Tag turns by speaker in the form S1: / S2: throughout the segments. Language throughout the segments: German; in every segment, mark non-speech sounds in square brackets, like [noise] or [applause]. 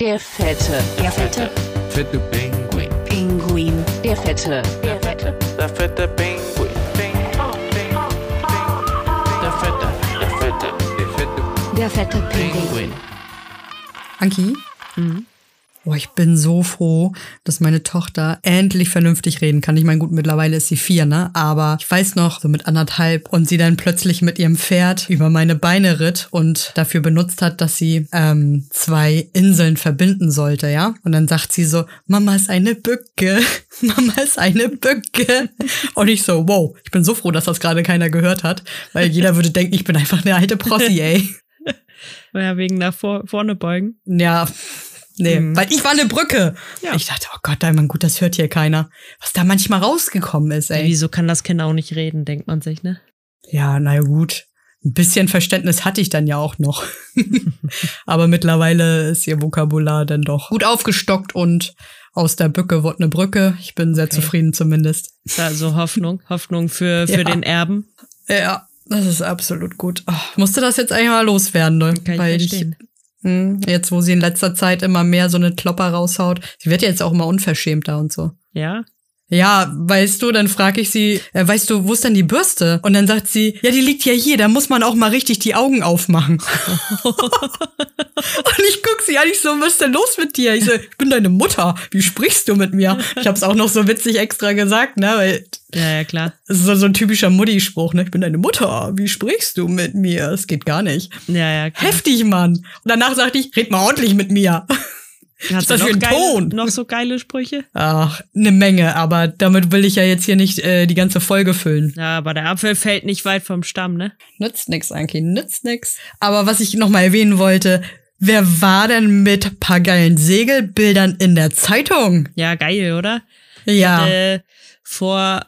S1: Der fette,
S2: Der fette
S3: Fette Penguin.
S2: Pinguin.
S1: der fette,
S2: Der fette
S4: Der fette Pinguin. Der fette, der fette,
S3: Der fette
S2: Der fette Pinguin.
S3: Penguin.
S5: Anki? Boah, Mhm. Oh, ich bin so froh, dass meine Tochter endlich vernünftig reden kann. Ich meine, gut, mittlerweile ist sie vier, ne? Aber ich weiß noch, so mit anderthalb und sie dann plötzlich mit ihrem Pferd über meine Beine ritt und dafür benutzt hat, dass sie ähm, zwei Inseln verbinden sollte, ja? Und dann sagt sie so, Mama ist eine Bücke, [laughs] Mama ist eine Bücke. Und ich so, wow, ich bin so froh, dass das gerade keiner gehört hat, weil jeder würde denken, ich bin einfach eine alte Prossi, ey.
S6: Ja, wegen nach vor, vorne beugen.
S5: Ja, nee,
S6: Mhm.
S5: weil ich war eine Brücke.
S6: Ja.
S5: Ich dachte, oh Gott, Daimann, gut, das hört hier keiner. Was da manchmal rausgekommen ist, ey.
S6: Wieso kann das Kind auch nicht reden, denkt man sich, ne?
S5: Ja, na ja, gut. Ein bisschen Verständnis hatte ich dann ja
S6: [laughs]
S5: auch noch. Aber mittlerweile ist ihr Vokabular dann doch gut aufgestockt und aus der Bücke wird eine Brücke. Ich bin sehr
S6: Okay.
S5: zufrieden zumindest.
S6: Ist da so
S5: [laughs]
S6: Hoffnung, Hoffnung für, für
S5: Ja.
S6: den Erben.
S5: Ja, das ist absolut gut. Oh, ich musste das jetzt eigentlich mal loswerden, ne?
S6: Kann ich
S5: weil ich,
S6: verstehen.
S5: Hm, jetzt, wo sie in letzter Zeit immer mehr so eine Klopper raushaut, sie wird jetzt auch immer unverschämter und so.
S6: Ja?
S5: Ja, weißt du, dann frage ich sie, äh, weißt du, wo ist denn die Bürste? Und dann sagt sie, ja, die liegt ja hier, da muss man auch mal richtig die Augen aufmachen. Und ich guck sie an, ich so, was ist denn los mit dir? Ich so, ich bin deine Mutter, wie sprichst du mit mir? Ich hab's auch noch so witzig extra gesagt, ne, weil
S6: Ja, ja, klar.
S5: das ist so, so ein typischer Mutti-Spruch, ne, ich bin deine Mutter, wie sprichst du mit mir? Das geht gar nicht.
S6: Ja, ja, klar.
S5: Heftig, Mann. Und danach sagte ich, red mal ordentlich mit mir.
S6: Hat
S5: ist das
S6: sie
S5: für ein
S6: noch geile,
S5: Ton?
S6: Noch so geile Sprüche?
S5: Ach, eine Menge, aber damit will ich ja jetzt hier nicht äh, die ganze Folge füllen.
S6: Ja, aber der Apfel fällt nicht weit vom Stamm, ne?
S5: Nützt nix, Anki, nützt nix. Aber was ich nochmal erwähnen wollte, wer war denn mit paar geilen Segelbildern in der Zeitung?
S6: Ja, geil, oder?
S5: Ja.
S6: Äh, vor,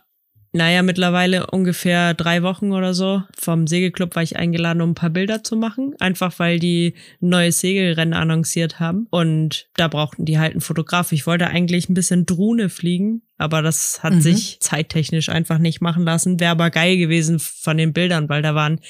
S6: naja, mittlerweile ungefähr drei Wochen oder so vom Segelclub war ich eingeladen, um ein paar Bilder zu machen. Einfach weil die ein neues Segelrennen annonciert haben. Und da brauchten die halt einen Fotograf. Ich wollte eigentlich ein bisschen Drohne fliegen, aber das hat
S5: Mhm.
S6: sich zeittechnisch einfach nicht machen lassen. Wäre aber geil gewesen von den Bildern, weil da waren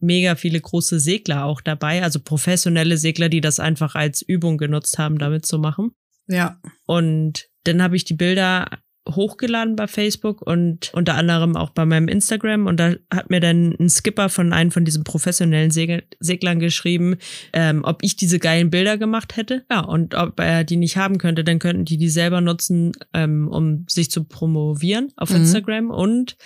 S6: mega viele große Segler auch dabei, also professionelle Segler, die das einfach als Übung genutzt haben, damit zu machen.
S5: ja.
S6: Und dann habe ich die Bilder hochgeladen bei Facebook und unter anderem auch bei meinem Instagram. Und da hat mir dann ein Skipper von einem von diesen professionellen Segel Seglern geschrieben, ähm, ob ich diese geilen Bilder gemacht hätte. Ja, und ob er die nicht haben könnte, dann könnten die die selber nutzen, ähm, um sich zu promovieren auf
S5: Mhm.
S6: Instagram. Und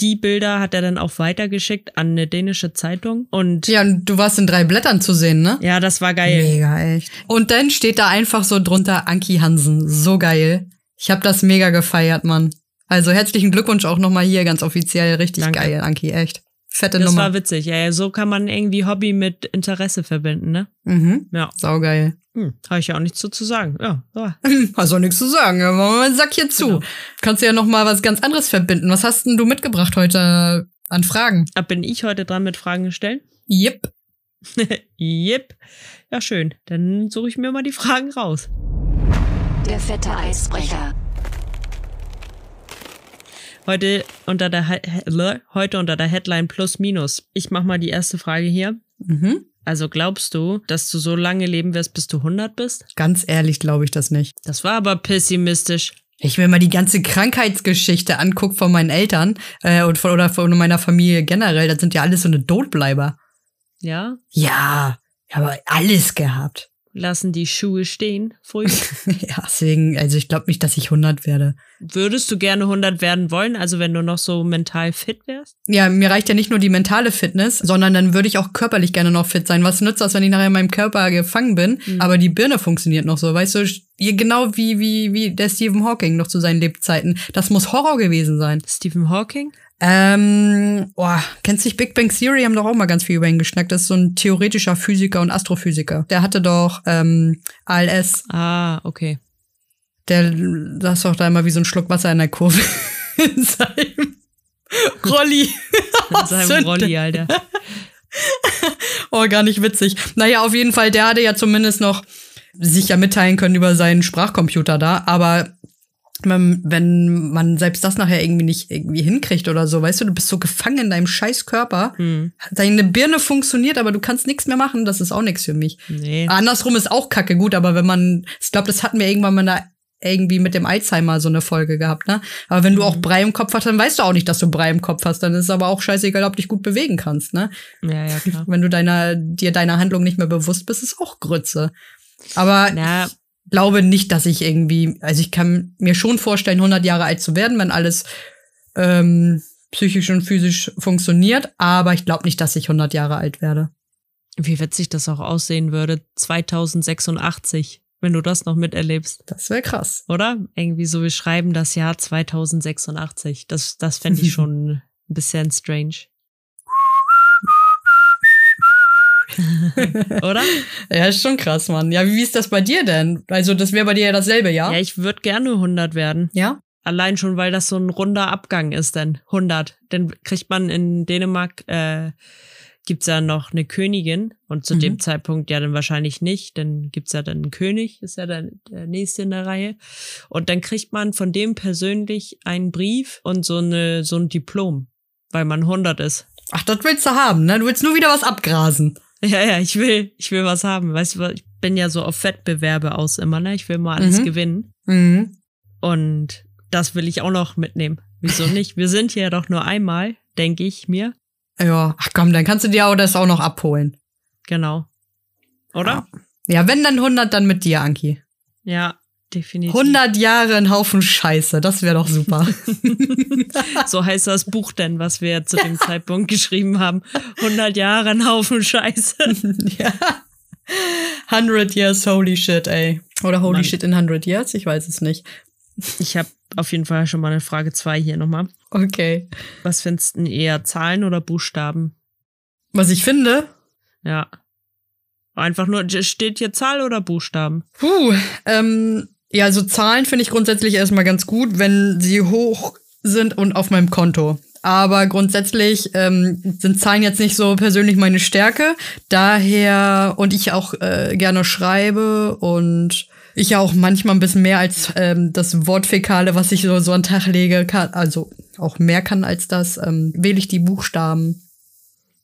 S6: die Bilder hat er dann auch weitergeschickt an eine dänische Zeitung. Und ja,
S5: Ja, und du warst in drei Blättern zu sehen, ne?
S6: das war geil.
S5: Mega, echt. Und dann steht da einfach so drunter Anki Hansen. So geil. Ich habe das mega gefeiert, Mann. Also herzlichen Glückwunsch auch nochmal hier ganz offiziell. Richtig
S6: Danke.
S5: geil, Anki, echt. Fette
S6: Das war
S5: Nummer.
S6: witzig. Ja, ja, so kann man irgendwie Hobby mit Interesse verbinden, ne?
S5: Mhm.
S6: Ja.
S5: Saugeil.
S6: Hm, habe ich ja auch nichts so zu sagen. Ja, ja.
S5: Hast auch nichts zu sagen. Machen wir mal den Sack hier zu.
S6: Genau.
S5: Kannst du ja noch mal was ganz anderes verbinden. Was hast denn du mitgebracht heute an Fragen?
S6: Ab bin ich heute dran mit Fragen stellen?
S5: Yep.
S6: Jep. Ja, schön. Dann suche ich mir mal die Fragen raus.
S2: Der fette Eisbrecher.
S6: Heute unter der, He- He- Le- heute unter der Headline plus minus. Ich mach mal die erste Frage hier.
S5: Mhm.
S6: Also glaubst du, dass du so lange leben wirst, bis du 100 bist?
S5: Ganz ehrlich glaube ich das nicht.
S6: Das war aber pessimistisch.
S5: Ich mir mal die ganze Krankheitsgeschichte anguckt von meinen Eltern äh, und von, oder von meiner Familie generell. Das sind ja alles so eine Totbleiber.
S6: Ja?
S5: Ja, ich habe alles gehabt. [laughs]
S6: Lassen die Schuhe stehen. Ruhig.
S5: ja, deswegen, also ich glaube nicht, dass ich 100 werde.
S6: Würdest du gerne 100 werden wollen? Also wenn du noch so mental fit wärst?
S5: Ja, mir reicht ja nicht nur die mentale Fitness, sondern dann würde ich auch körperlich gerne noch fit sein. Was nützt das, wenn ich nachher in meinem Körper gefangen bin,
S6: Mhm.
S5: aber die Birne funktioniert noch so, weißt du? Ihr- Genau wie, wie, wie der Stephen Hawking noch zu seinen Lebzeiten. Das muss Horror gewesen sein.
S6: Stephen Hawking?
S5: Ähm, oh, kennst du dich Big Bang Theory? Haben doch auch mal ganz viel über ihn geschnackt. Das ist so ein theoretischer Physiker und Astrophysiker. Der hatte doch ähm, ALS.
S6: Ah, okay.
S5: Der saß doch da immer wie so ein Schluck Wasser in der Kurve [laughs] in seinem Rolli.
S6: Mit seinem
S5: Sünde.
S6: Rolli, Alter.
S5: Oh, gar nicht witzig. Naja, auf jeden Fall, der hatte ja zumindest noch sich ja mitteilen können über seinen Sprachcomputer da, aber wenn, wenn man selbst das nachher irgendwie nicht irgendwie hinkriegt oder so, weißt du, du bist so gefangen in deinem scheiß Körper.
S6: Hm.
S5: Deine Birne funktioniert, aber du kannst nichts mehr machen, das ist auch nichts für mich.
S6: Nee.
S5: Andersrum ist auch kacke, gut, aber wenn man, ich glaube, das hatten wir irgendwann mal in der, irgendwie mit dem Alzheimer so eine Folge gehabt, ne? Aber wenn du auch Brei im Kopf hast, dann weißt du auch nicht, dass du Brei im Kopf hast, dann ist es aber auch scheißegal, ob du dich gut bewegen kannst, ne?
S6: Ja, ja, klar.
S5: Wenn du deiner, dir deiner Handlung nicht mehr bewusst bist, ist auch Grütze. Aber
S6: Na,
S5: glaube nicht, dass ich irgendwie, also ich kann mir schon vorstellen, 100 Jahre alt zu werden, wenn alles ähm, psychisch und physisch funktioniert, aber ich glaube nicht, dass ich 100 Jahre alt werde.
S6: wie witzig das auch aussehen würde, 2086, wenn du das noch miterlebst,
S5: Das wäre krass.
S6: oder? Irgendwie so, wir schreiben das Jahr 2086. Das, das fände ich schon ein bisschen strange. [laughs] oder?
S5: Ja, ist schon krass, Mann. Ja, wie ist das bei dir denn? Also, das wäre bei dir ja dasselbe, ja?
S6: Ja, ich würde gerne 100 werden.
S5: Ja?
S6: Allein schon, weil das so ein runder Abgang ist, denn 100. Dann kriegt man in Dänemark, äh, gibt's ja noch eine Königin und zu
S5: Mhm.
S6: dem Zeitpunkt ja dann wahrscheinlich nicht. Dann gibt's ja dann einen König, ist ja dann der nächste in der Reihe. Und dann kriegt man von dem persönlich einen Brief und so, eine, so ein Diplom, weil man 100 ist. [laughs]
S5: Ach, das willst du haben, ne? Du willst nur wieder was abgrasen.
S6: Ja, ja, ich will, ich will was haben. Weißt du, was, ich bin ja so auf Wettbewerbe aus immer, ne? Ich will mal alles
S5: Mhm.
S6: gewinnen.
S5: Mhm.
S6: Und das will ich auch noch mitnehmen. Wieso nicht? Wir sind hier doch nur einmal, denke ich mir.
S5: Ja, ach komm, dann kannst du dir auch das auch noch abholen.
S6: Genau. Oder?
S5: Ja, wenn dann 100, dann mit dir, Anki.
S6: Ja, definitiv.
S5: 100 Jahre ein Haufen Scheiße, das wäre doch super. [laughs]
S6: So heißt das Buch denn, was wir zu
S5: [laughs]
S6: dem Zeitpunkt geschrieben haben. 100 Jahre, ein Haufen Scheiße.
S5: ja. 100 Years, holy shit, ey. Oder holy
S6: Mann.
S5: shit in 100 Years, ich weiß es nicht.
S6: Ich habe auf jeden Fall schon mal eine Frage zwei hier nochmal.
S5: Okay.
S6: Was findest du denn eher, Zahlen oder Buchstaben?
S5: Was ich finde,
S6: Ja. Einfach nur, steht hier Zahl oder Buchstaben?
S5: Puh, ähm, ja, also Zahlen finde ich grundsätzlich erstmal ganz gut, wenn sie hoch sind und auf meinem Konto. Aber grundsätzlich ähm, sind Zahlen jetzt nicht so persönlich meine Stärke. Daher, und ich auch äh, gerne schreibe und ich ja auch manchmal ein bisschen mehr als ähm, das Wortfäkale, was ich so, so an den Tag lege, kann, also auch mehr kann als das, ähm, wähle ich die Buchstaben.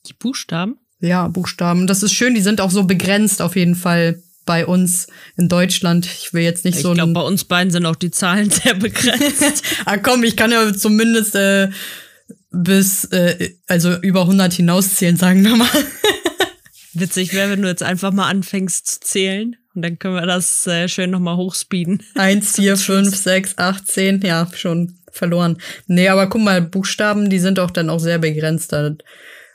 S6: Die Buchstaben?
S5: Ja, Buchstaben. Das ist schön, die sind auch so begrenzt auf jeden Fall bei uns in Deutschland. Ich will jetzt nicht
S6: Ich
S5: so
S6: glaube,
S5: ein.
S6: bei uns beiden sind auch die Zahlen [laughs] sehr begrenzt.
S5: [laughs] Ah komm, ich kann ja zumindest äh, bis, äh, also über 100 hinauszählen, sagen wir mal.
S6: Witzig wäre, wenn du jetzt einfach mal anfängst zu zählen und dann können wir das äh, schön nochmal hochspeeden.
S5: [laughs] Eins, vier, fünf, sechs, acht, zehn. ja, schon verloren. Nee, aber guck mal, Buchstaben, die sind auch dann auch sehr begrenzt. Das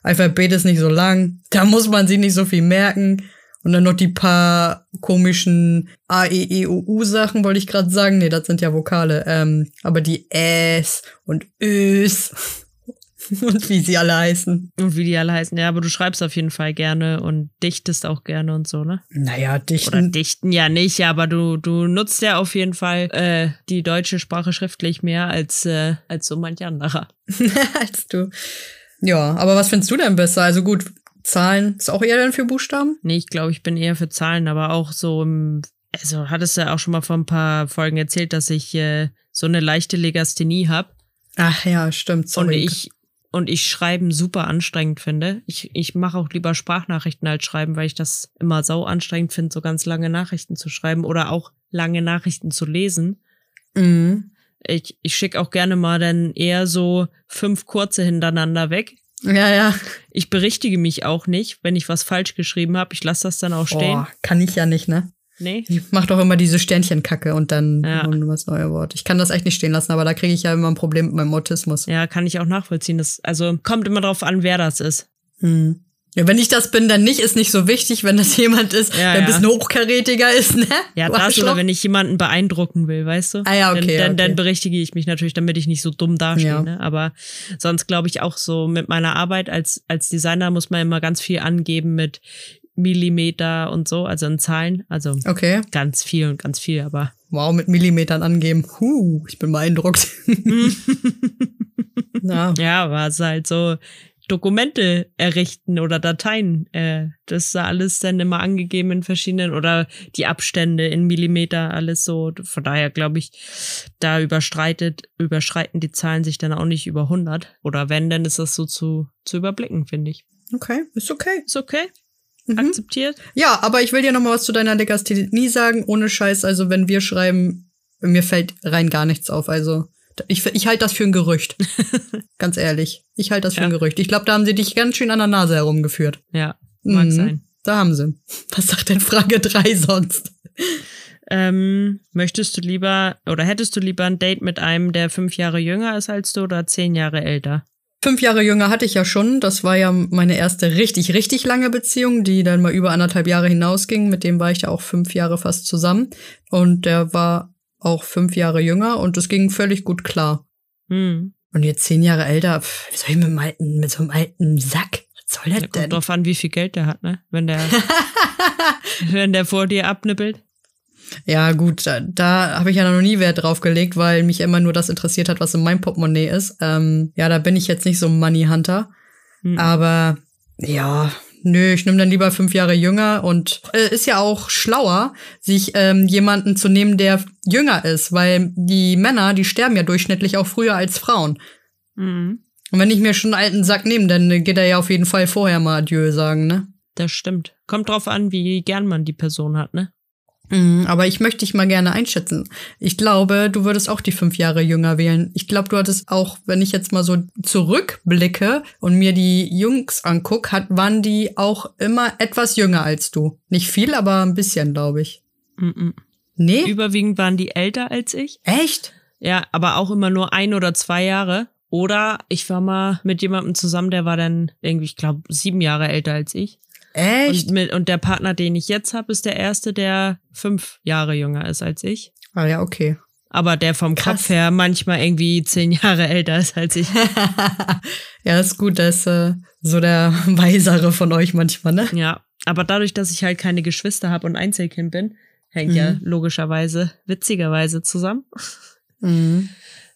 S5: Alphabet ist nicht so lang, da muss man sich nicht so viel merken. Und dann noch die paar komischen A, E, E, O, U Sachen, wollte ich gerade sagen. Nee, das sind ja Vokale. Ähm, aber die Äs und Ös [laughs] und wie sie alle heißen.
S6: Und wie die alle heißen. Ja, aber du schreibst auf jeden Fall gerne und dichtest auch gerne und so, ne?
S5: Naja,
S6: Oder
S5: dichten.
S6: dichten ja nicht, aber du, du nutzt ja auf jeden Fall äh, die deutsche Sprache schriftlich mehr als, äh, als so manch anderer.
S5: [laughs] als du. Ja, aber was findest du denn besser? Also gut, Zahlen ist auch eher dann für Buchstaben?
S6: Nee, ich glaube, ich bin eher für Zahlen, aber auch so im. Also, hattest du ja auch schon mal vor ein paar Folgen erzählt, dass ich äh, so eine leichte Legasthenie habe.
S5: Ach ja, stimmt.
S6: und
S5: Sorry.
S6: ich und ich schreiben super anstrengend finde. Ich, ich mache auch lieber Sprachnachrichten als schreiben, weil ich das immer sau anstrengend finde, so ganz lange Nachrichten zu schreiben oder auch lange Nachrichten zu lesen.
S5: Mhm.
S6: Ich, ich schicke auch gerne mal dann eher so fünf kurze hintereinander weg.
S5: Ja, ja.
S6: Ich berichtige mich auch nicht, wenn ich was falsch geschrieben habe. Ich lasse das dann auch stehen.
S5: Oh, kann ich ja nicht, ne?
S6: Nee.
S5: Ich mach doch immer diese Sternchenkacke und dann
S6: Ja.
S5: und das neue Wort. Ich kann das echt nicht stehen lassen, aber da kriege ich ja immer ein Problem mit meinem Autismus.
S6: Ja, kann ich auch nachvollziehen. Das, also kommt immer drauf an, wer das ist.
S5: Hm. Ja, wenn ich das bin, dann nicht, ist nicht so wichtig, wenn das [laughs] jemand ist,
S6: Ja,
S5: der ein
S6: ja.
S5: bisschen hochkarätiger ist, ne?
S6: Ja,
S5: Du
S6: das
S5: Arschloch.
S6: oder wenn ich jemanden beeindrucken will, weißt du?
S5: Ah ja,
S6: Dann,
S5: okay,
S6: dann,
S5: okay.
S6: dann berichtige ich mich natürlich, damit ich nicht so dumm dastehe.
S5: Ja.
S6: Ne? Aber sonst glaube ich auch so mit meiner Arbeit als, als Designer muss man immer ganz viel angeben mit Millimeter und so, also in Zahlen. Also
S5: Okay.
S6: ganz viel und ganz viel,
S5: [laughs]
S6: aber
S5: Wow, mit Millimetern angeben. [laughs] Huh, ich bin beeindruckt. Na,
S6: ja, war es halt so Dokumente errichten oder Dateien. Äh, das ist da alles dann immer angegeben in verschiedenen oder die Abstände in Millimeter, alles so. Von daher glaube ich, da überstreitet, überschreiten die Zahlen sich dann auch nicht über 100. Oder wenn, dann ist das so zu, zu überblicken, finde ich.
S5: Okay, ist okay.
S6: Ist okay,
S5: Mhm.
S6: akzeptiert.
S5: Ja, aber ich will dir noch mal was zu deiner Legasthenie sagen, ohne Scheiß. Also, wenn wir schreiben, mir fällt rein gar nichts auf. Also, ich, ich halte das für
S6: [laughs]
S5: ein Gerücht. Ganz ehrlich. Ich halte das für ein
S6: Ja.
S5: Gerücht. Ich glaube, da haben sie dich ganz schön an der Nase herumgeführt.
S6: Ja, mag
S5: Mhm.
S6: sein.
S5: Da haben sie. Was sagt denn Frage 3 sonst?
S6: Ähm, möchtest du lieber oder hättest du lieber ein Date mit einem, der fünf Jahre jünger ist als du oder zehn Jahre älter?
S5: Fünf Jahre jünger hatte ich ja schon. Das war ja meine erste richtig, richtig lange Beziehung, die dann mal über anderthalb Jahre hinausging. Mit dem war ich ja auch fünf Jahre fast zusammen. Und der war auch fünf Jahre jünger und das ging völlig gut klar.
S6: Hm.
S5: Und jetzt zehn Jahre älter, pff, was soll ich mit, dem alten, mit so einem alten Sack? Was soll
S6: Da
S5: das denn?
S6: kommt drauf an, wie viel Geld der hat, ne?
S5: [laughs]
S6: Wenn der, wenn der vor dir abnippelt.
S5: ja, gut, da, da habe ich ja noch nie Wert drauf gelegt, weil mich immer nur das interessiert hat, was in meinem Portemonnaie ist. Ähm, ja, da bin ich jetzt nicht so ein Money Hunter.
S6: Hm.
S5: Ah. Aber ja, nö, ich nehme dann lieber fünf Jahre jünger und äh, ist ja auch schlauer, sich ähm, jemanden zu nehmen, der jünger ist, weil die Männer, die sterben ja durchschnittlich auch früher als Frauen.
S6: Mhm.
S5: Und wenn ich mir schon einen alten Sack nehme, dann geht er ja auf jeden Fall vorher mal Adieu sagen, ne?
S6: Das stimmt. Kommt drauf an, wie gern man die Person hat, ne?
S5: Mhm, aber ich möchte dich mal gerne einschätzen. Ich glaube, du würdest auch die fünf Jahre jünger wählen. Ich glaube, du hattest auch, wenn ich jetzt mal so zurückblicke und mir die Jungs anguck, hat, waren die auch immer etwas jünger als du. Nicht viel, aber ein bisschen, glaube ich.
S6: Mhm.
S5: Nee?
S6: Überwiegend waren die älter als ich.
S5: Echt?
S6: Ja, aber auch immer nur ein oder zwei Jahre. Oder ich war mal mit jemandem zusammen, der war dann irgendwie, ich glaube, sieben Jahre älter als ich.
S5: Echt?
S6: Und, mit, und der Partner, den ich jetzt habe, ist der erste, der fünf Jahre jünger ist als ich.
S5: ah ja, okay. [laughs]
S6: Aber der vom
S5: Krass.
S6: Kopf her manchmal irgendwie zehn Jahre älter ist als ich.
S5: ja, ist gut, dass äh, so der [laughs] Weisere von euch manchmal, ne?
S6: ja, aber dadurch, dass ich halt keine Geschwister habe und Einzelkind bin, hängt ja
S5: Mhm.
S6: logischerweise, witzigerweise zusammen,
S5: Mhm.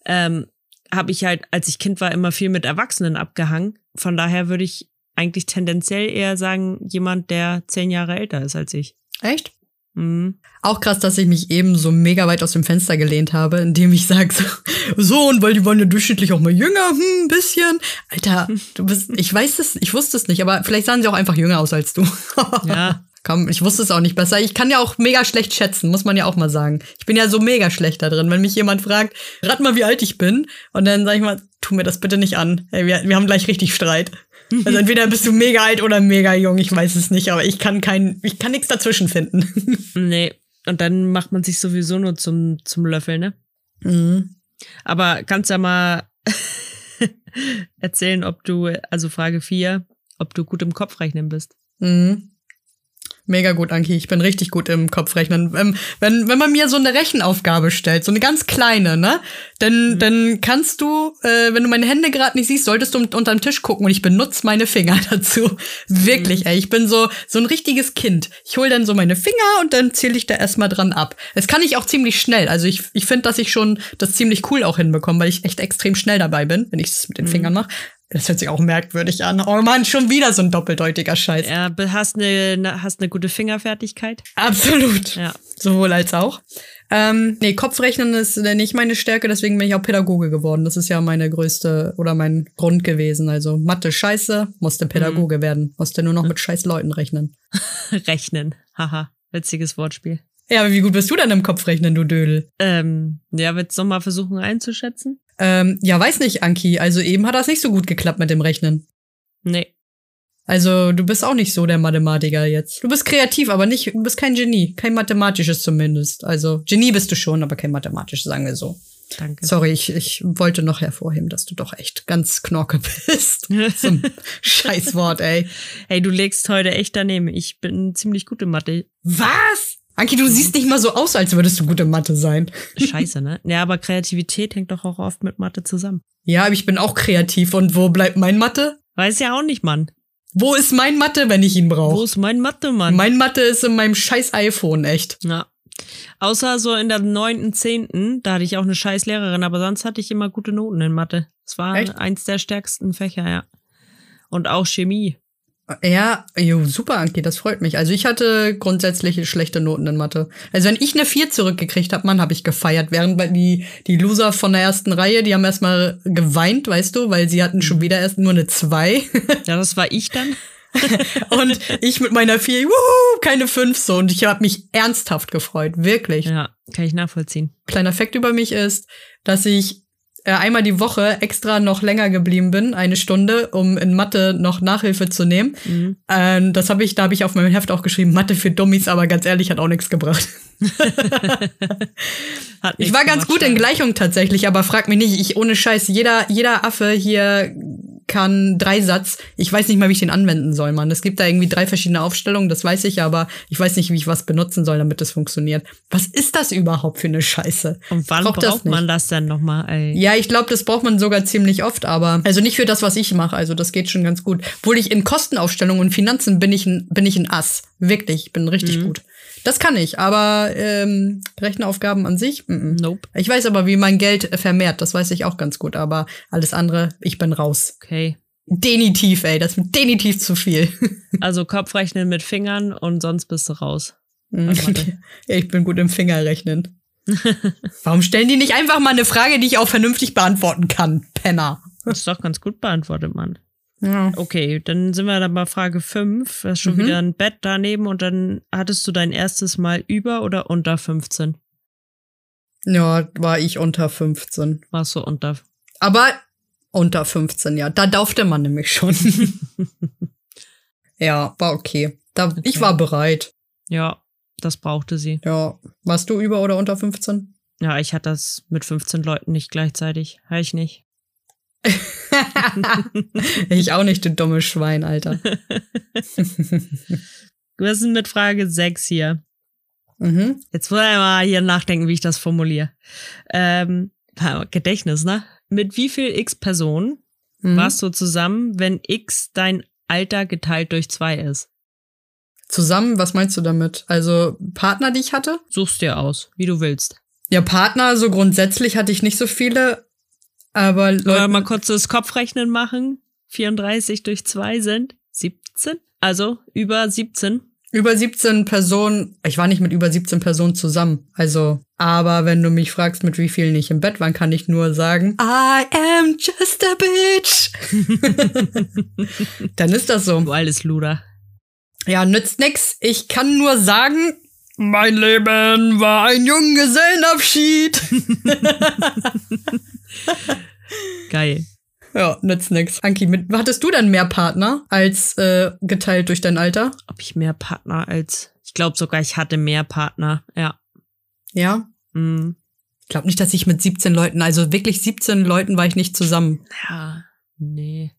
S6: ähm, habe ich halt, als ich Kind war, immer viel mit Erwachsenen abgehangen. Von daher würde ich eigentlich tendenziell eher sagen, jemand, der zehn Jahre älter ist als ich.
S5: Echt?
S6: Mhm.
S5: Auch krass, dass ich mich eben so mega weit aus dem Fenster gelehnt habe, indem ich sage, so, so, und weil die waren ja durchschnittlich auch mal jünger, hm, ein bisschen. Alter, du bist, ich weiß es, ich wusste es nicht, aber vielleicht sahen sie auch einfach jünger aus als du.
S6: Ja.
S5: [laughs] Komm, ich wusste es auch nicht besser. Ich kann ja auch mega schlecht schätzen, muss man ja auch mal sagen. Ich bin ja so mega schlecht da drin. Wenn mich jemand fragt, rat mal, wie alt ich bin, und dann sag ich mal, tu mir das bitte nicht an. Ey, wir, wir haben gleich richtig Streit. Also entweder bist du mega alt oder mega jung, ich weiß es nicht, aber ich kann kein, ich kann nichts dazwischen finden.
S6: Nee. Und dann macht man sich sowieso nur zum, zum Löffel, ne?
S5: Mhm.
S6: Aber kannst ja mal [laughs] erzählen, ob du, also Frage 4, ob du gut im Kopfrechnen bist.
S5: Mhm. Mega gut, Anki. Ich bin richtig gut im Kopfrechnen. Ähm, wenn, wenn man mir so eine Rechenaufgabe stellt, so eine ganz kleine, ne? Dann, dann kannst du, äh, wenn du meine Hände gerade nicht siehst, solltest du un- unterm Tisch gucken und ich benutze meine Finger [laughs] dazu. Wirklich, ey. Ich bin so, so ein richtiges Kind. Ich hole dann so meine Finger und dann zähle ich da erstmal dran ab. Das kann ich auch ziemlich schnell. Also ich, ich finde, dass ich schon das ziemlich cool auch hinbekomme, weil ich echt extrem schnell dabei bin, wenn ich es mit den Fingern mache. Das hört sich auch merkwürdig an. Oh Mann, schon wieder so ein doppeldeutiger Scheiß.
S6: Ja, be- hast eine, ne- hast eine gute Fingerfertigkeit. [laughs]
S5: Absolut.
S6: Ja.
S5: Sowohl als auch. Ähm, nee, Kopfrechnen ist äh, nicht meine Stärke, deswegen bin ich auch Pädagoge geworden. Das ist ja meine größte oder mein Grund gewesen. Also Mathe scheiße, musste Pädagoge werden, musste nur noch mit scheiß Leuten rechnen.
S6: Rechnen. Haha. Witziges Wortspiel.
S5: Ja, aber wie gut bist du denn im Kopfrechnen, du Dödel?
S6: Ähm, ja, willst du nochmal versuchen einzuschätzen?
S5: Ähm, ja, weiß nicht, Anki. Also eben hat das nicht so gut geklappt mit dem Rechnen.
S6: Nee.
S5: Also du bist auch nicht so der Mathematiker jetzt. Du bist kreativ, aber nicht, du bist kein Genie. Kein mathematisches zumindest. Also Genie bist du schon, aber kein mathematisches, sagen wir so.
S6: Danke. [laughs]
S5: Sorry, ich, ich wollte noch hervorheben, dass du doch echt ganz Knorke [laughs] bist.
S6: [laughs]
S5: So ein Scheißwort, ey.
S6: Hey, du legst heute echt daneben. Ich bin ziemlich gut in Mathe.
S5: Was? Anki, du siehst nicht mal so aus, als würdest du gut in Mathe sein.
S6: Scheiße, ne? [laughs] Ja, aber Kreativität hängt doch auch oft mit Mathe zusammen.
S5: Ja, aber ich bin auch kreativ. Und wo bleibt mein Mathe?
S6: Weiß ja auch nicht, Mann.
S5: Wo ist mein Mathe, wenn ich ihn
S6: Wo
S5: brauche?
S6: ist mein Mathe, Mann?
S5: Mein Mathe ist in meinem scheiß iPhone, echt.
S6: Ja. Außer so in der neunten, zehnten, da hatte ich auch eine scheiß Lehrerin, aber sonst hatte ich immer gute Noten in Mathe. Es war
S5: Echt?
S6: eins der stärksten Fächer, ja. und auch Chemie.
S5: Ja, jo, super, Anki, das freut mich. Also ich hatte grundsätzlich schlechte Noten in Mathe. Also wenn ich eine 4 zurückgekriegt habe, Mann, habe ich gefeiert. Während bei- die, die Loser von der ersten Reihe, die haben erstmal geweint, weißt du, weil sie hatten schon wieder erst nur eine 2.
S6: Ja, das war ich dann.
S5: und ich mit meiner 4, wuhu, keine 5 so. Und ich habe mich ernsthaft gefreut,
S6: [laughs]
S5: wirklich.
S6: Ja, kann ich nachvollziehen.
S5: Kleiner Fakt über mich ist, dass ich äh, einmal die Woche extra noch länger geblieben bin, eine Stunde, um in Mathe noch Nachhilfe zu nehmen.
S6: Mhm.
S5: Ähm, das habe ich, da habe ich auf meinem Heft auch geschrieben, Mathe für Dummies, aber ganz ehrlich, hat auch nichts gebracht.
S6: Hat
S5: Ich
S6: nichts
S5: war ganz
S6: gemacht,
S5: gut in
S6: schade.
S5: Gleichung tatsächlich, aber frag mich nicht, ich ohne Scheiß, jeder, jeder Affe hier kann Dreisatz. Ich weiß nicht mal, wie ich den anwenden soll, Mann. Es gibt da irgendwie drei verschiedene Aufstellungen, das weiß ich, aber ich weiß nicht, wie ich was benutzen soll, damit das funktioniert. Was ist das überhaupt für eine Scheiße?
S6: Und wann
S5: Braucht
S6: braucht,
S5: das nicht.
S6: man das dann nochmal? Ey?
S5: Ja, ich glaube, das braucht man sogar ziemlich oft, aber also nicht für das, was ich mache. Also das geht schon ganz gut. Obwohl ich in Kostenaufstellung und Finanzen bin ich ein, bin ich ein Ass. Wirklich, ich bin richtig gut. Das kann ich, aber ähm, Rechenaufgaben an sich, mm, mm.
S6: Nope.
S5: ich weiß aber, wie man Geld vermehrt, das weiß ich auch ganz gut, aber alles andere, ich bin raus.
S6: [laughs] Okay.
S5: Denitiv, ey, das ist denitiv zu viel.
S6: Also Kopfrechnen mit Fingern und sonst bist du raus. Mathe.
S5: ja, ich bin gut im Fingerrechnen. Warum stellen die nicht einfach mal eine Frage, die ich auch vernünftig beantworten kann, Penner?
S6: Das ist doch ganz gut beantwortet, Mann.
S5: Ja.
S6: Okay, dann sind wir dann bei Frage 5. Das ist schon
S5: Mhm.
S6: wieder ein Bett daneben und dann hattest du dein erstes Mal über oder unter 15?
S5: Ja, war ich unter 15.
S6: Warst du unter?
S5: Aber unter 15, ja. Da durfte man nämlich schon.
S6: [laughs]
S5: ja, war okay. Da, Ich
S6: Okay.
S5: war bereit.
S6: Ja, das brauchte sie.
S5: Ja. Warst du über oder unter 15?
S6: Ja, ich hatte das mit 15 Leuten nicht gleichzeitig. Habe ich nicht.
S5: [laughs] ich auch nicht, du dummes Schwein, Alter.
S6: Wir sind mit Frage 6 hier.
S5: mhm.
S6: Jetzt muss ich mal hier nachdenken, wie ich das formuliere. Ähm, ha, Gedächtnis, ne? Mit wie viel x Personen
S5: Mhm.
S6: warst du zusammen, wenn x dein Alter geteilt durch zwei ist?
S5: Zusammen, was meinst du damit? Also Partner, die ich hatte?
S6: Such's dir aus, wie du willst.
S5: Ja, Partner, so grundsätzlich hatte ich nicht so viele. Aber
S6: Sollen wir
S5: Leute,
S6: Äh, mal kurz das Kopfrechnen machen? 34 durch 2 sind 17. Also über 17.
S5: über 17 Personen, ich war nicht mit über 17 Personen zusammen. Also, aber wenn du mich fragst, mit wie vielen ich im Bett war, kann ich nur sagen, I am just a bitch. [laughs] Dann ist das so.
S6: Du alles Luder.
S5: Ja, nützt nix. Ich kann nur sagen, mein Leben war ein Junggesellenabschied. [laughs]
S6: Geil.
S5: ja, nützt nix. Anki, mit, hattest du dann mehr Partner als äh, geteilt durch dein Alter?
S6: Ob ich mehr Partner als. Ich glaube sogar, ich hatte mehr Partner. Ja.
S5: Ja.
S6: Mm.
S5: Ich glaube nicht, dass ich mit 17 Leuten, also wirklich 17 Leuten war ich nicht zusammen.
S6: Ja. Nee.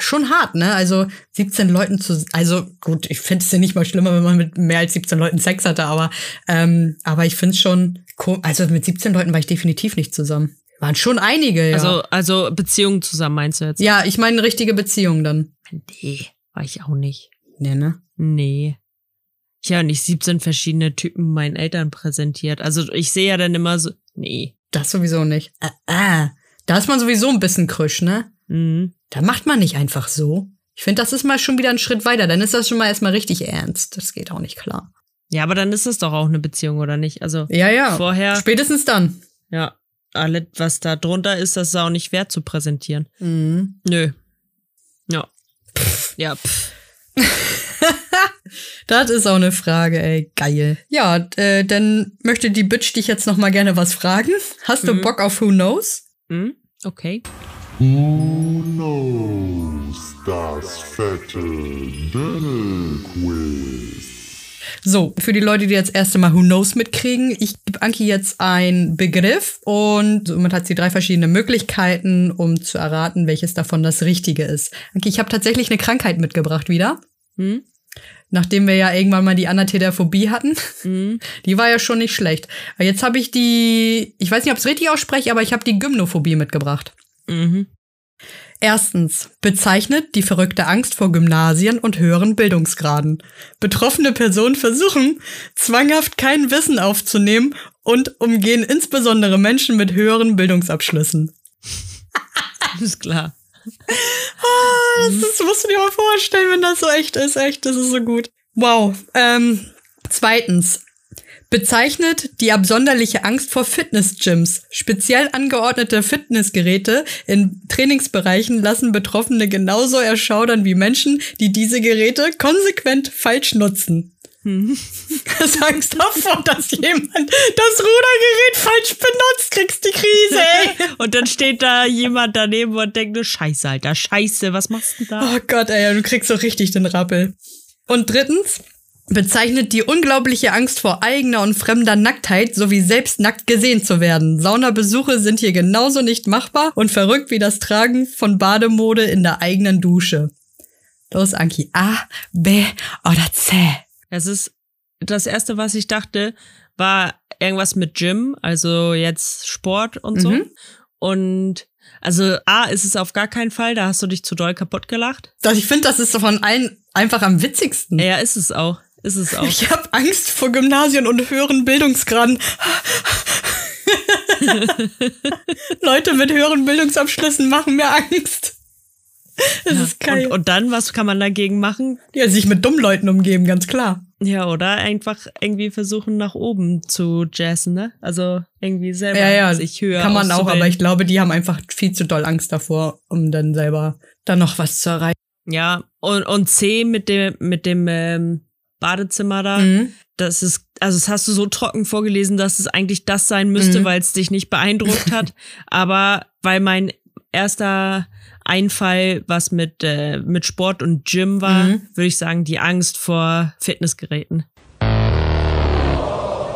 S5: Schon hart, ne? Also 17 Leuten zu. Also gut, ich finde es ja nicht mal schlimmer, wenn man mit mehr als 17 Leuten Sex hatte, aber, ähm, aber ich finde es schon. ko- Also mit 17 Leuten war ich definitiv nicht zusammen. Waren schon einige, ja.
S6: Also, also Beziehungen zusammen meinst du jetzt?
S5: ja, ich meine richtige Beziehung dann.
S6: Nee, war ich auch nicht.
S5: Nee, ne?
S6: Nee. Ich habe nicht 17 verschiedene Typen meinen Eltern präsentiert. Also ich sehe ja dann immer so. Nee.
S5: Das sowieso nicht. Ah, ah. Da ist man sowieso ein bisschen krüsch, ne?
S6: Mhm.
S5: Da macht man nicht einfach so. Ich finde, das ist mal schon wieder ein Schritt weiter. Dann ist das schon mal erstmal richtig ernst. Das geht auch nicht klar.
S6: Ja, aber dann ist das doch auch eine Beziehung, oder nicht? Also
S5: Ja, ja.
S6: vorher.
S5: Spätestens dann.
S6: Ja, alles, was da drunter ist, das ist auch nicht wert zu präsentieren.
S5: Mhm.
S6: Nö. Ja. Ja, pff.
S5: Das ist auch eine Frage, ey. Geil. Ja, d- äh, dann möchte die Bitch dich jetzt noch mal gerne was fragen. Hast du
S6: Mhm.
S5: Bock auf Who Knows?
S6: Hm? Okay.
S1: Who knows das fette Dödel-Quiz?
S5: So, für die Leute, die jetzt erste Mal Who Knows mitkriegen, ich gebe Anki jetzt einen Begriff und somit hat sie drei verschiedene Möglichkeiten, um zu erraten, welches davon das Richtige ist. Anki, ich habe tatsächlich eine Krankheit mitgebracht wieder.
S6: Hm?
S5: Nachdem wir ja irgendwann mal die Anathedaphobie hatten.
S6: Hm?
S5: Die war ja schon nicht schlecht. Aber Jetzt habe ich die, ich weiß nicht, ob ich es richtig ausspreche, aber ich habe die Gymnophobie mitgebracht.
S6: Mhm. [laughs]
S5: Erstens bezeichnet die verrückte Angst vor Gymnasien und höheren Bildungsgraden. Betroffene Personen versuchen, zwanghaft kein Wissen aufzunehmen und umgehen insbesondere Menschen mit höheren Bildungsabschlüssen.
S6: Ist klar.
S5: Das, ist- musst du dir mal vorstellen, wenn das so echt ist. Echt, das ist so gut. Wow. Ähm, zweitens. Bezeichnet die absonderliche Angst vor Fitnessgyms. Speziell angeordnete Fitnessgeräte in Trainingsbereichen lassen Betroffene genauso erschaudern wie Menschen, die diese Geräte konsequent falsch nutzen. [laughs] Das Angst davor, dass jemand das Rudergerät falsch benutzt, kriegst die Krise, ey.
S6: Und dann steht da jemand daneben und denkt, nur Scheiße, Alter, Scheiße, was machst du da?
S5: Oh Gott, ey, du kriegst so richtig den Rappel. Und drittens bezeichnet die unglaubliche Angst vor eigener und fremder Nacktheit sowie selbst nackt gesehen zu werden. Saunabesuche sind hier genauso nicht machbar und verrückt wie das Tragen von Bademode in der eigenen Dusche. Los, Anki. A, B oder C.
S6: Es ist das erste, was ich dachte, war irgendwas mit Gym, also jetzt Sport und so.
S5: Mhm.
S6: Und also A ist es auf gar keinen Fall, da hast du dich zu doll kaputt gelacht.
S5: Das, ich finde, das ist von allen einfach am witzigsten.
S6: Ja, ist es auch. Ist es auch.
S5: Ich habe Angst vor Gymnasien und
S6: [laughs]
S5: höheren Bildungsgraden. Leute mit höheren Bildungsabschlüssen machen mir Angst. [laughs] Das ist geil.
S6: Und, und dann, was kann man dagegen machen?
S5: ja, sich mit dummen Leuten umgeben, ganz klar.
S6: Ja, oder einfach irgendwie versuchen, nach oben zu jazzen, ne? Also irgendwie selber
S5: Ja, ja,
S6: sich höher
S5: kann man auch,
S6: auszubilden.
S5: aber ich glaube, die haben einfach viel zu doll Angst davor, um dann selber da noch was zu erreichen.
S6: Ja, und, und C mit dem, mit dem ähm, Badezimmer da.
S5: Mhm.
S6: Das ist, also das hast du so trocken vorgelesen, dass es eigentlich das sein müsste,
S5: Mhm.
S6: weil es dich nicht beeindruckt
S5: [laughs]
S6: hat. aber weil mein erster Einfall, was mit, äh, mit Sport und Gym war,
S5: Mhm.
S6: würde ich sagen, die Angst vor Fitnessgeräten.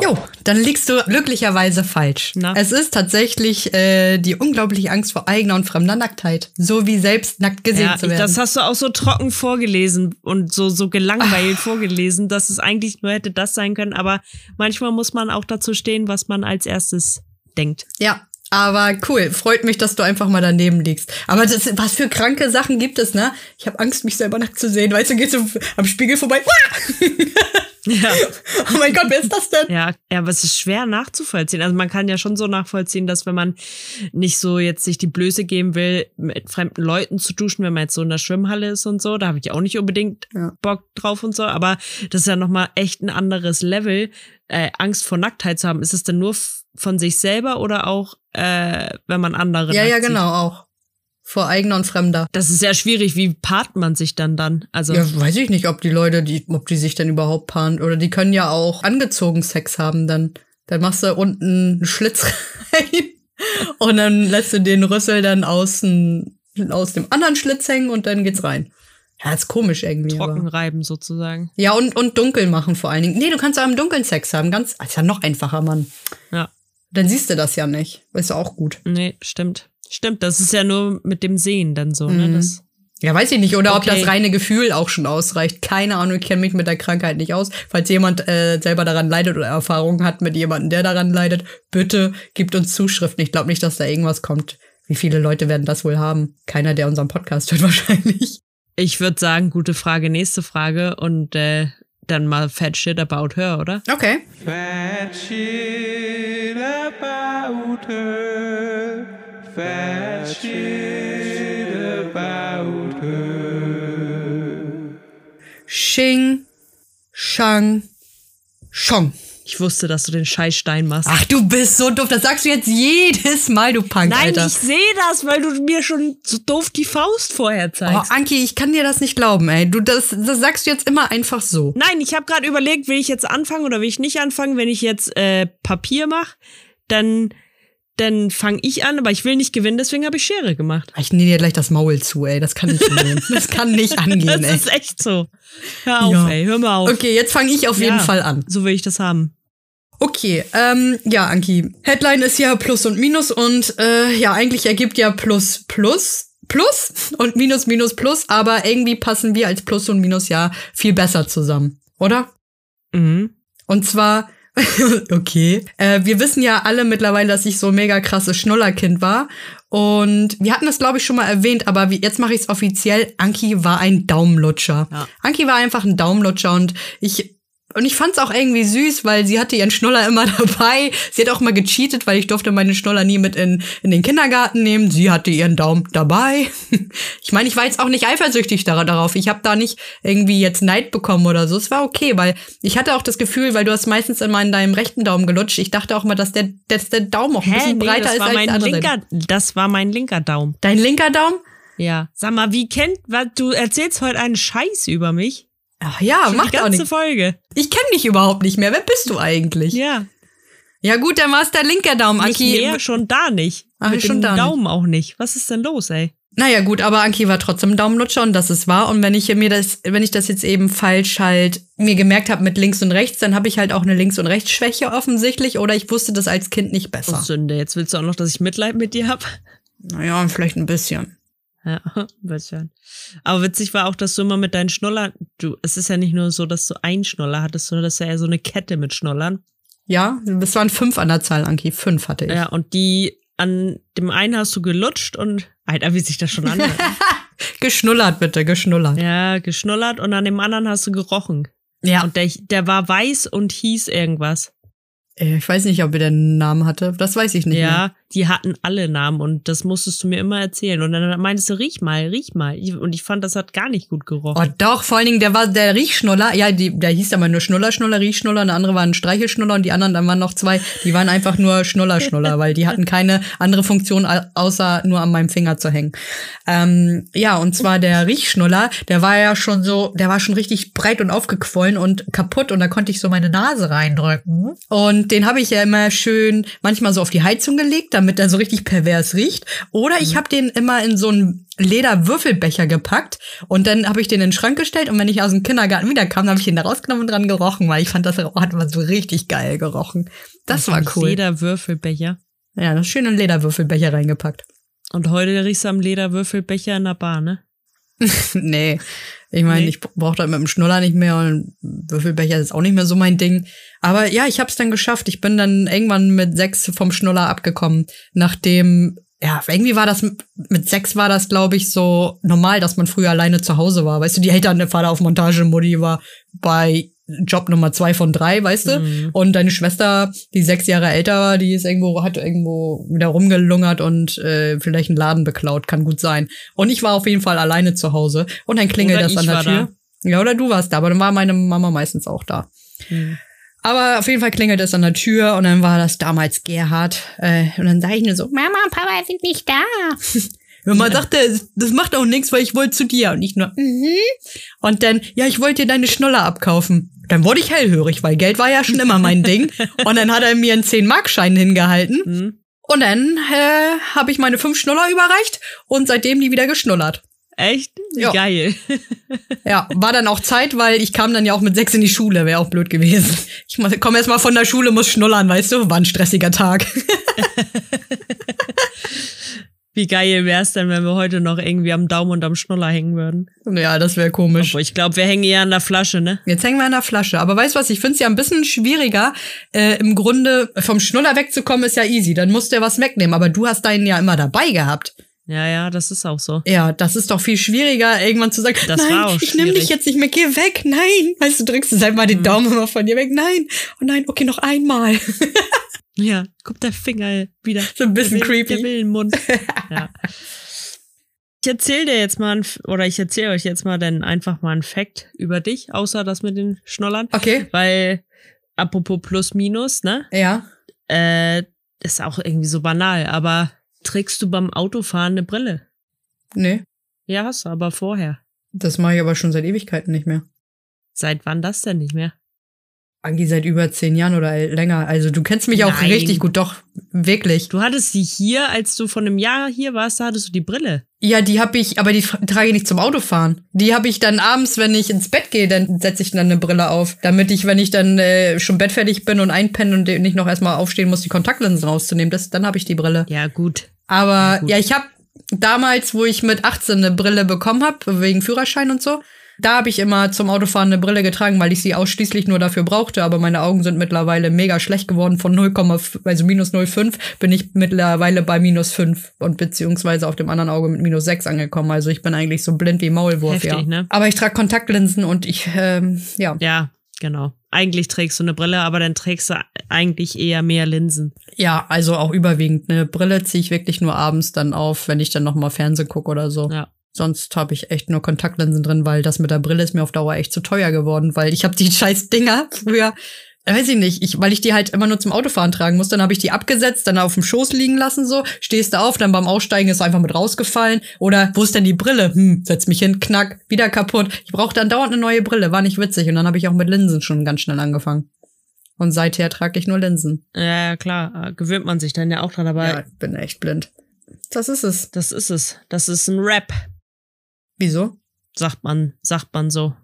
S5: Jo, dann liegst du glücklicherweise falsch.
S6: Na?
S5: Es ist tatsächlich äh, die unglaubliche Angst vor eigener und fremder Nacktheit. So wie selbst nackt gesehen
S6: Ja,
S5: zu
S6: ich-
S5: werden.
S6: das hast du auch so trocken vorgelesen und so, so gelangweilt
S5: Ah.
S6: vorgelesen, dass es eigentlich nur hätte das sein können. Aber manchmal muss man auch dazu stehen, was man als erstes denkt. [laughs]
S5: Ja, aber cool. Freut mich, dass du einfach mal daneben liegst. Aber das, was für kranke Sachen gibt es, ne? Ich habe Angst, mich selber nackt zu sehen. Weißt du, gehst du am Spiegel vorbei. Ah!
S6: Ja.
S5: Oh mein Gott, wer ist das denn?
S6: Ja, ja, aber es ist schwer nachzuvollziehen. Also man kann ja schon so nachvollziehen, dass wenn man nicht so jetzt sich die Blöße geben will, mit fremden Leuten zu duschen, wenn man jetzt so in der Schwimmhalle ist und so, da habe ich auch nicht unbedingt
S5: Ja.
S6: Bock drauf und so. Aber das ist ja nochmal echt ein anderes Level, äh, Angst vor Nacktheit zu haben. Ist es denn nur f- von sich selber oder auch, äh, wenn man andere
S5: Ja,
S6: nackt
S5: ja,
S6: sieht?
S5: genau, auch. Vor eigener und fremder.
S6: Das ist sehr schwierig. Wie paart man sich dann dann? Also
S5: Ja, weiß ich nicht, ob die Leute, die, ob die sich denn überhaupt paaren. Oder die können ja auch angezogen Sex haben, dann, dann machst du unten einen Schlitz rein [laughs] und dann lässt du den Rüssel dann außen, aus dem anderen Schlitz hängen und dann geht's rein. Ja, ist komisch irgendwie. aber-
S6: trocken reiben sozusagen.
S5: Ja, und, und dunkel machen vor allen Dingen. Nee, du kannst auch im Dunkeln Sex haben. Ganz, ah, ist ja noch einfacher, Mann.
S6: Ja.
S5: Dann siehst du das ja nicht. Ist ja auch gut.
S6: Nee, stimmt. Stimmt, das ist ja nur mit dem Sehen dann so, ne?
S5: Mhm.
S6: Das
S5: Ja, weiß ich nicht. Oder ob
S6: Okay.
S5: das reine Gefühl auch schon ausreicht. Keine Ahnung, ich kenne mich mit der Krankheit nicht aus. Falls jemand äh, selber daran leidet oder Erfahrungen hat mit jemandem, der daran leidet, bitte gibt uns Zuschriften. Ich glaube nicht, dass da irgendwas kommt. Wie viele Leute werden das wohl haben? Keiner, der unseren Podcast hört, [laughs] wahrscheinlich.
S6: Ich würde sagen, gute Frage, nächste Frage und äh, dann mal Fat Shit About Her, oder?
S5: Okay.
S4: Fat shit about her. Fat shit about her.
S5: Xing, Shang, Shong.
S6: Ich wusste, dass du den Scheißstein machst.
S5: Ach, du bist so doof. Das sagst du jetzt jedes Mal, du Punk,
S6: Nein,
S5: Alter.
S6: ich sehe das, weil du mir schon so doof die Faust vorher
S5: Oh,
S6: zeigst.
S5: Anki, ich kann dir das nicht glauben, ey. Du, das, das sagst du jetzt immer einfach so.
S6: Nein, ich habe gerade überlegt, will ich jetzt anfangen oder will ich nicht anfangen? Wenn ich jetzt äh, Papier mache, dann, dann fange ich an, aber ich will nicht gewinnen, deswegen habe ich Schere gemacht.
S5: Ich nähe dir gleich das Maul zu, ey. Das kann nicht [laughs] angehen. Das kann nicht
S6: Das
S5: angehen, ey.
S6: ist echt so. Hör auf,
S5: Ja.
S6: ey, hör mal auf.
S5: Okay, jetzt fange ich auf jeden
S6: Ja,
S5: Fall an.
S6: So will ich das haben.
S5: Okay, ähm, ja, Anki. Headline ist ja Plus und Minus und äh, ja, eigentlich ergibt ja Plus Plus Plus und Minus Minus Plus, aber irgendwie passen wir als Plus und Minus ja viel besser zusammen, oder?
S6: Mhm.
S5: Und zwar, [laughs] okay, äh, wir wissen ja alle mittlerweile, dass ich so ein mega krasses Schnullerkind war. Und wir hatten das, glaube ich, schon mal erwähnt, aber wie, jetzt mache ich es offiziell. Anki war ein Daumenlutscher.
S6: Ja.
S5: Anki war einfach ein Daumenlutscher und ich Und ich fand's auch irgendwie süß, weil sie hatte ihren Schnuller immer [laughs] dabei. Sie hat auch mal gecheatet, weil ich durfte meinen Schnuller nie mit in, in den Kindergarten nehmen. Sie hatte ihren Daumen dabei. [laughs] Ich meine, ich war jetzt auch nicht eifersüchtig dar- darauf. Ich habe da nicht irgendwie jetzt Neid bekommen oder so. Es war okay, weil ich hatte auch das Gefühl, weil du hast meistens immer in deinem rechten Daumen gelutscht. Ich dachte auch mal, dass der, dass der Daumen auch ein
S6: Hä?
S5: bisschen
S6: Nee,
S5: breiter
S6: das
S5: ist
S6: war
S5: als
S6: mein
S5: der andere.
S6: linker,
S5: Seite.
S6: das war mein linker Daumen.
S5: Dein linker Daumen?
S6: Ja. Sag mal, wie kennt, was, du erzählst heute einen Scheiß über mich.
S5: Ach ja,
S6: Schon die
S5: Ah, macht auch
S6: ganze
S5: nichts.
S6: Folge.
S5: Ich kenne dich überhaupt nicht mehr. Wer bist du eigentlich? Ja,
S6: Ja.
S5: gut, dann war es der linke Daumen,
S6: Nicht
S5: Aki.
S6: mehr, schon da nicht.
S5: Ach,
S6: Mit
S5: schon
S6: dem
S5: da nicht.
S6: Daumen auch nicht. Was ist denn los, ey?
S5: Naja, gut, aber Anki war trotzdem Daumenlutscher und das ist wahr. Und wenn ich mir das, wenn ich das jetzt eben falsch halt mir gemerkt habe mit links und rechts, dann habe ich halt auch eine Links- und Rechtsschwäche offensichtlich oder ich wusste das als Kind nicht
S6: Oh,
S5: besser.
S6: Sünde. Jetzt willst du auch noch, dass ich Mitleid mit dir hab? [laughs]
S5: Naja, vielleicht ein bisschen.
S6: Ja, weiß ja. Aber witzig war auch, dass du immer mit deinen Schnullern, du, es ist ja nicht nur so, dass du einen Schnuller hattest, sondern das ist ja eher so eine Kette mit Schnullern.
S5: Ja, das waren fünf an der Zahl, Anki. Fünf hatte ich.
S6: Ja, und die, an dem einen hast du gelutscht und, Alter, wie sich das schon anhört.
S5: [laughs] Geschnullert bitte, geschnullert. Ja,
S6: ja, geschnullert und an dem anderen hast du gerochen. Und der, der war weiß und hieß irgendwas.
S5: Äh, ich weiß nicht, ob er den Namen hatte. Das weiß ich nicht
S6: ja,
S5: mehr.
S6: die hatten alle Namen und das musstest du mir immer erzählen. Und dann meintest du, riech mal, riech mal. Und ich fand, das hat gar nicht gut
S5: Oh
S6: gerochen.
S5: doch, vor allen Dingen, der war der Riechschnuller, ja, die, der hieß ja mal nur Schnuller, Schnuller, Riechschnuller und der andere war ein Streichelschnuller und die anderen, dann waren noch zwei, die waren einfach nur Schnuller, Schnuller, weil die hatten keine andere Funktion, au- außer nur an meinem Finger zu hängen. Ähm, ja, und zwar der Riechschnuller, der war ja schon so, der war schon richtig breit und aufgequollen und kaputt und da konnte ich so meine Nase reindrücken. Und den habe ich ja immer schön manchmal so auf die Heizung gelegt, damit er so richtig pervers riecht. Oder ich habe den immer in so einen Lederwürfelbecher gepackt und dann habe ich den in den Schrank gestellt und wenn ich aus dem Kindergarten wiederkam, dann habe ich den da rausgenommen und dran gerochen, weil ich fand, das hat mal so richtig geil gerochen. Das war cool.
S6: Lederwürfelbecher.
S5: Ja, das schön in den Lederwürfelbecher reingepackt.
S6: Und heute riechst du am Lederwürfelbecher in der Bar, ne?
S5: [laughs] nee. Ich meine,
S6: Nee.
S5: ich brauche das mit dem Schnuller nicht mehr und Würfelbecher ist auch nicht mehr so mein Ding. Aber ja, ich habe es dann geschafft. Ich bin dann irgendwann mit sechs vom Schnuller abgekommen, nachdem ja, irgendwie war das mit- mit sechs war das, glaube ich, so normal, dass man früher alleine zu Hause war. Weißt du, die Eltern, der Vater auf Montage, Mutti war bei Job Nummer zwei von drei, weißt du?
S6: Mhm.
S5: Und deine Schwester, die sechs Jahre älter war, die ist irgendwo, hat irgendwo wieder rumgelungert und äh, vielleicht einen Laden beklaut, kann gut sein. Und ich war auf jeden Fall alleine zu Hause. Und dann klingelt
S6: Oder
S5: das
S6: ich
S5: an der
S6: war
S5: Tür. Ja, oder du warst da, aber dann war meine Mama meistens auch da. Mhm.
S6: Hm.
S5: Aber auf jeden Fall klingelt es an der Tür und dann war das damals Gerhard. Äh, und dann sage ich nur so, Mama und Papa sind nicht [laughs] da. Und man sagte, das macht auch nichts, weil ich wollte zu dir. Und ich nur, mhm. Und dann, ja, ich wollte dir deine Schnuller abkaufen. Dann wurde ich hellhörig, weil Geld war ja schon immer mein Ding. Und dann hat er mir einen 10-Mark-Schein hingehalten.
S6: Hm.
S5: Und dann äh, habe ich meine fünf Schnuller überreicht und seitdem die wieder geschnullert.
S6: Echt? Wie
S5: Ja.
S6: Geil.
S5: Ja, war dann auch Zeit, weil ich kam dann ja auch mit sechs in die Schule, wäre auch blöd gewesen. Ich mu- komm erst mal von der Schule, muss schnullern, weißt du? War ein stressiger Tag. [laughs]
S6: Wie geil wär's denn, wenn wir heute noch irgendwie am Daumen und am Schnuller hängen würden?
S5: Ja, das wäre komisch.
S6: Obwohl, ich glaube, wir hängen eher an der Flasche, ne?
S5: Jetzt hängen wir an der Flasche. Aber weißt du was, ich finde es ja ein bisschen schwieriger. Äh, Im Grunde vom Schnuller wegzukommen ist ja easy. Dann musst du ja was wegnehmen. Aber du hast deinen ja immer dabei gehabt.
S6: Ja, ja, das ist auch so.
S5: Ja, das ist doch viel schwieriger, irgendwann zu sagen,
S6: Das
S5: nein,
S6: war auch
S5: ich nehme dich
S6: schwierig. Mhm.
S5: jetzt nicht mehr, geh weg, nein. Weißt du, drückst du halt mal den Daumen immer von dir weg, nein, oh nein, okay, noch einmal. [laughs]
S6: Ja, guck der Finger wieder.
S5: So ein bisschen
S6: der will, Der
S5: creepy.
S6: will den
S5: [laughs]
S6: Mund. ja. Ich erzähl dir jetzt mal, ein, F- oder ich erzähle euch jetzt mal dann einfach mal einen Fact über dich, außer das mit den Schnullern.
S5: Okay,
S6: Weil, apropos plus minus, ne?
S5: ja.
S6: Äh, ist auch irgendwie so banal, aber trägst du beim Autofahren eine Brille?
S5: Nee,
S6: Ja, hast du, aber vorher.
S5: das mache ich aber schon seit Ewigkeiten nicht mehr.
S6: Seit wann das denn nicht mehr?
S5: Angie, seit über zehn Jahren oder äl- länger. Also du kennst mich auch
S6: Nein.
S5: richtig gut, doch, wirklich.
S6: Du hattest sie hier, als du von einem Jahr hier warst, da hattest du die Brille.
S5: Ja, die habe ich, aber die fra- trage ich nicht zum Autofahren. Die habe ich dann abends, wenn ich ins Bett gehe, dann setze ich dann eine Brille auf, damit ich, wenn ich dann äh, schon bettfertig bin und einpenne und nicht noch erstmal aufstehen muss, die Kontaktlinsen rauszunehmen, das, dann habe ich die Brille.
S6: Ja, gut.
S5: Aber
S6: gut.
S5: ja, ich habe damals, wo ich mit 18 eine Brille bekommen habe, wegen Führerschein und so, da habe ich immer zum Autofahren eine Brille getragen, weil ich sie ausschließlich nur dafür brauchte. Aber meine Augen sind mittlerweile mega schlecht geworden. Von 0, also minus 0,5 bin ich mittlerweile bei minus 5 und beziehungsweise auf dem anderen Auge mit minus 6 angekommen. Also ich bin eigentlich so blind wie Maulwurf,
S6: Heftig,
S5: ja.
S6: ne?
S5: Aber ich trage Kontaktlinsen und ich, ähm, ja.
S6: Ja, Genau. Eigentlich trägst du eine Brille, aber dann trägst du eigentlich eher mehr Linsen.
S5: Ja, also auch überwiegend. Eine Brille ziehe ich wirklich nur abends dann auf, wenn ich dann nochmal Fernsehen gucke oder so.
S6: Ja.
S5: Sonst habe ich echt nur Kontaktlinsen drin, weil das mit der Brille ist mir auf Dauer echt zu teuer geworden, weil ich habe die [laughs] scheiß Dinger früher, äh, weiß ich nicht, ich, weil ich die halt immer nur zum Autofahren tragen muss. Dann habe ich die abgesetzt, dann auf dem Schoß liegen lassen so, stehst du auf, dann beim Aussteigen ist einfach mit rausgefallen. Oder wo ist denn die Brille? Hm, setz mich hin, knack, wieder kaputt. Ich brauchte dann dauernd eine neue Brille, war nicht witzig. Und dann habe ich auch mit Linsen schon ganz schnell angefangen. Und seither trage ich nur Linsen.
S6: Ja, klar, äh, gewöhnt man sich dann ja auch dran, aber
S5: ja, ich bin echt blind. Das ist es.
S6: das ist es. Das ist ein Rap,
S5: Wieso?
S6: sagt man, sagt man so.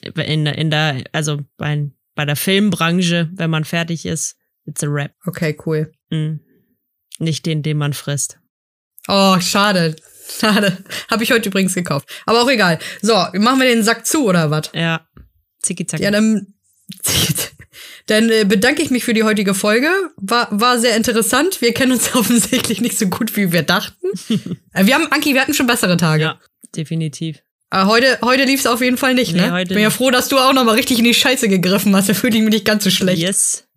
S6: In, der- in der, also bei, bei der Filmbranche, wenn man fertig ist, it's a Rap.
S5: Okay, cool.
S6: Mhm. Nicht den, den man frisst.
S5: Oh, schade. Schade. [laughs] Habe ich heute übrigens gekauft. Aber auch egal. So, machen wir den Sack zu oder was?
S6: Ja. Zicki zacki.
S5: Ja, ne. dann. [laughs] Dann äh, bedanke ich mich für die heutige Folge. War, war sehr interessant. Wir kennen uns [laughs] offensichtlich nicht so gut, wie
S6: [laughs]
S5: wir dachten. Äh, wir haben, Anki, wir hatten schon bessere Tage.
S6: ja, definitiv.
S5: Aber heute, heute lief es auf jeden Fall nicht,
S6: Nee,
S5: ne?
S6: heute
S5: Bin ja
S6: nicht.
S5: froh, dass du auch nochmal richtig in die Scheiße gegriffen hast. Da fühlte ich mich nicht ganz so schlecht.
S6: Yes.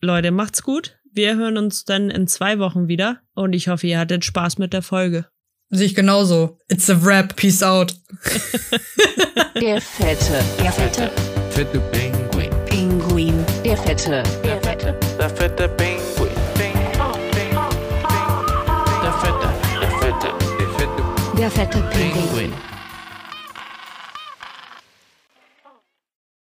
S6: Leute, macht's gut. Wir hören uns dann in zwei Wochen wieder und ich hoffe, ihr hattet Spaß mit der Folge.
S5: Sehe ich genauso. It's a wrap. Peace out.
S2: Der fette, der fette
S3: Fette Pinguin.
S2: Pinguin. Der fette, der fette.
S3: Der fette Pinguin. Der fette, der fette, der fette
S2: Der fette Pinguin.
S3: Pinguin.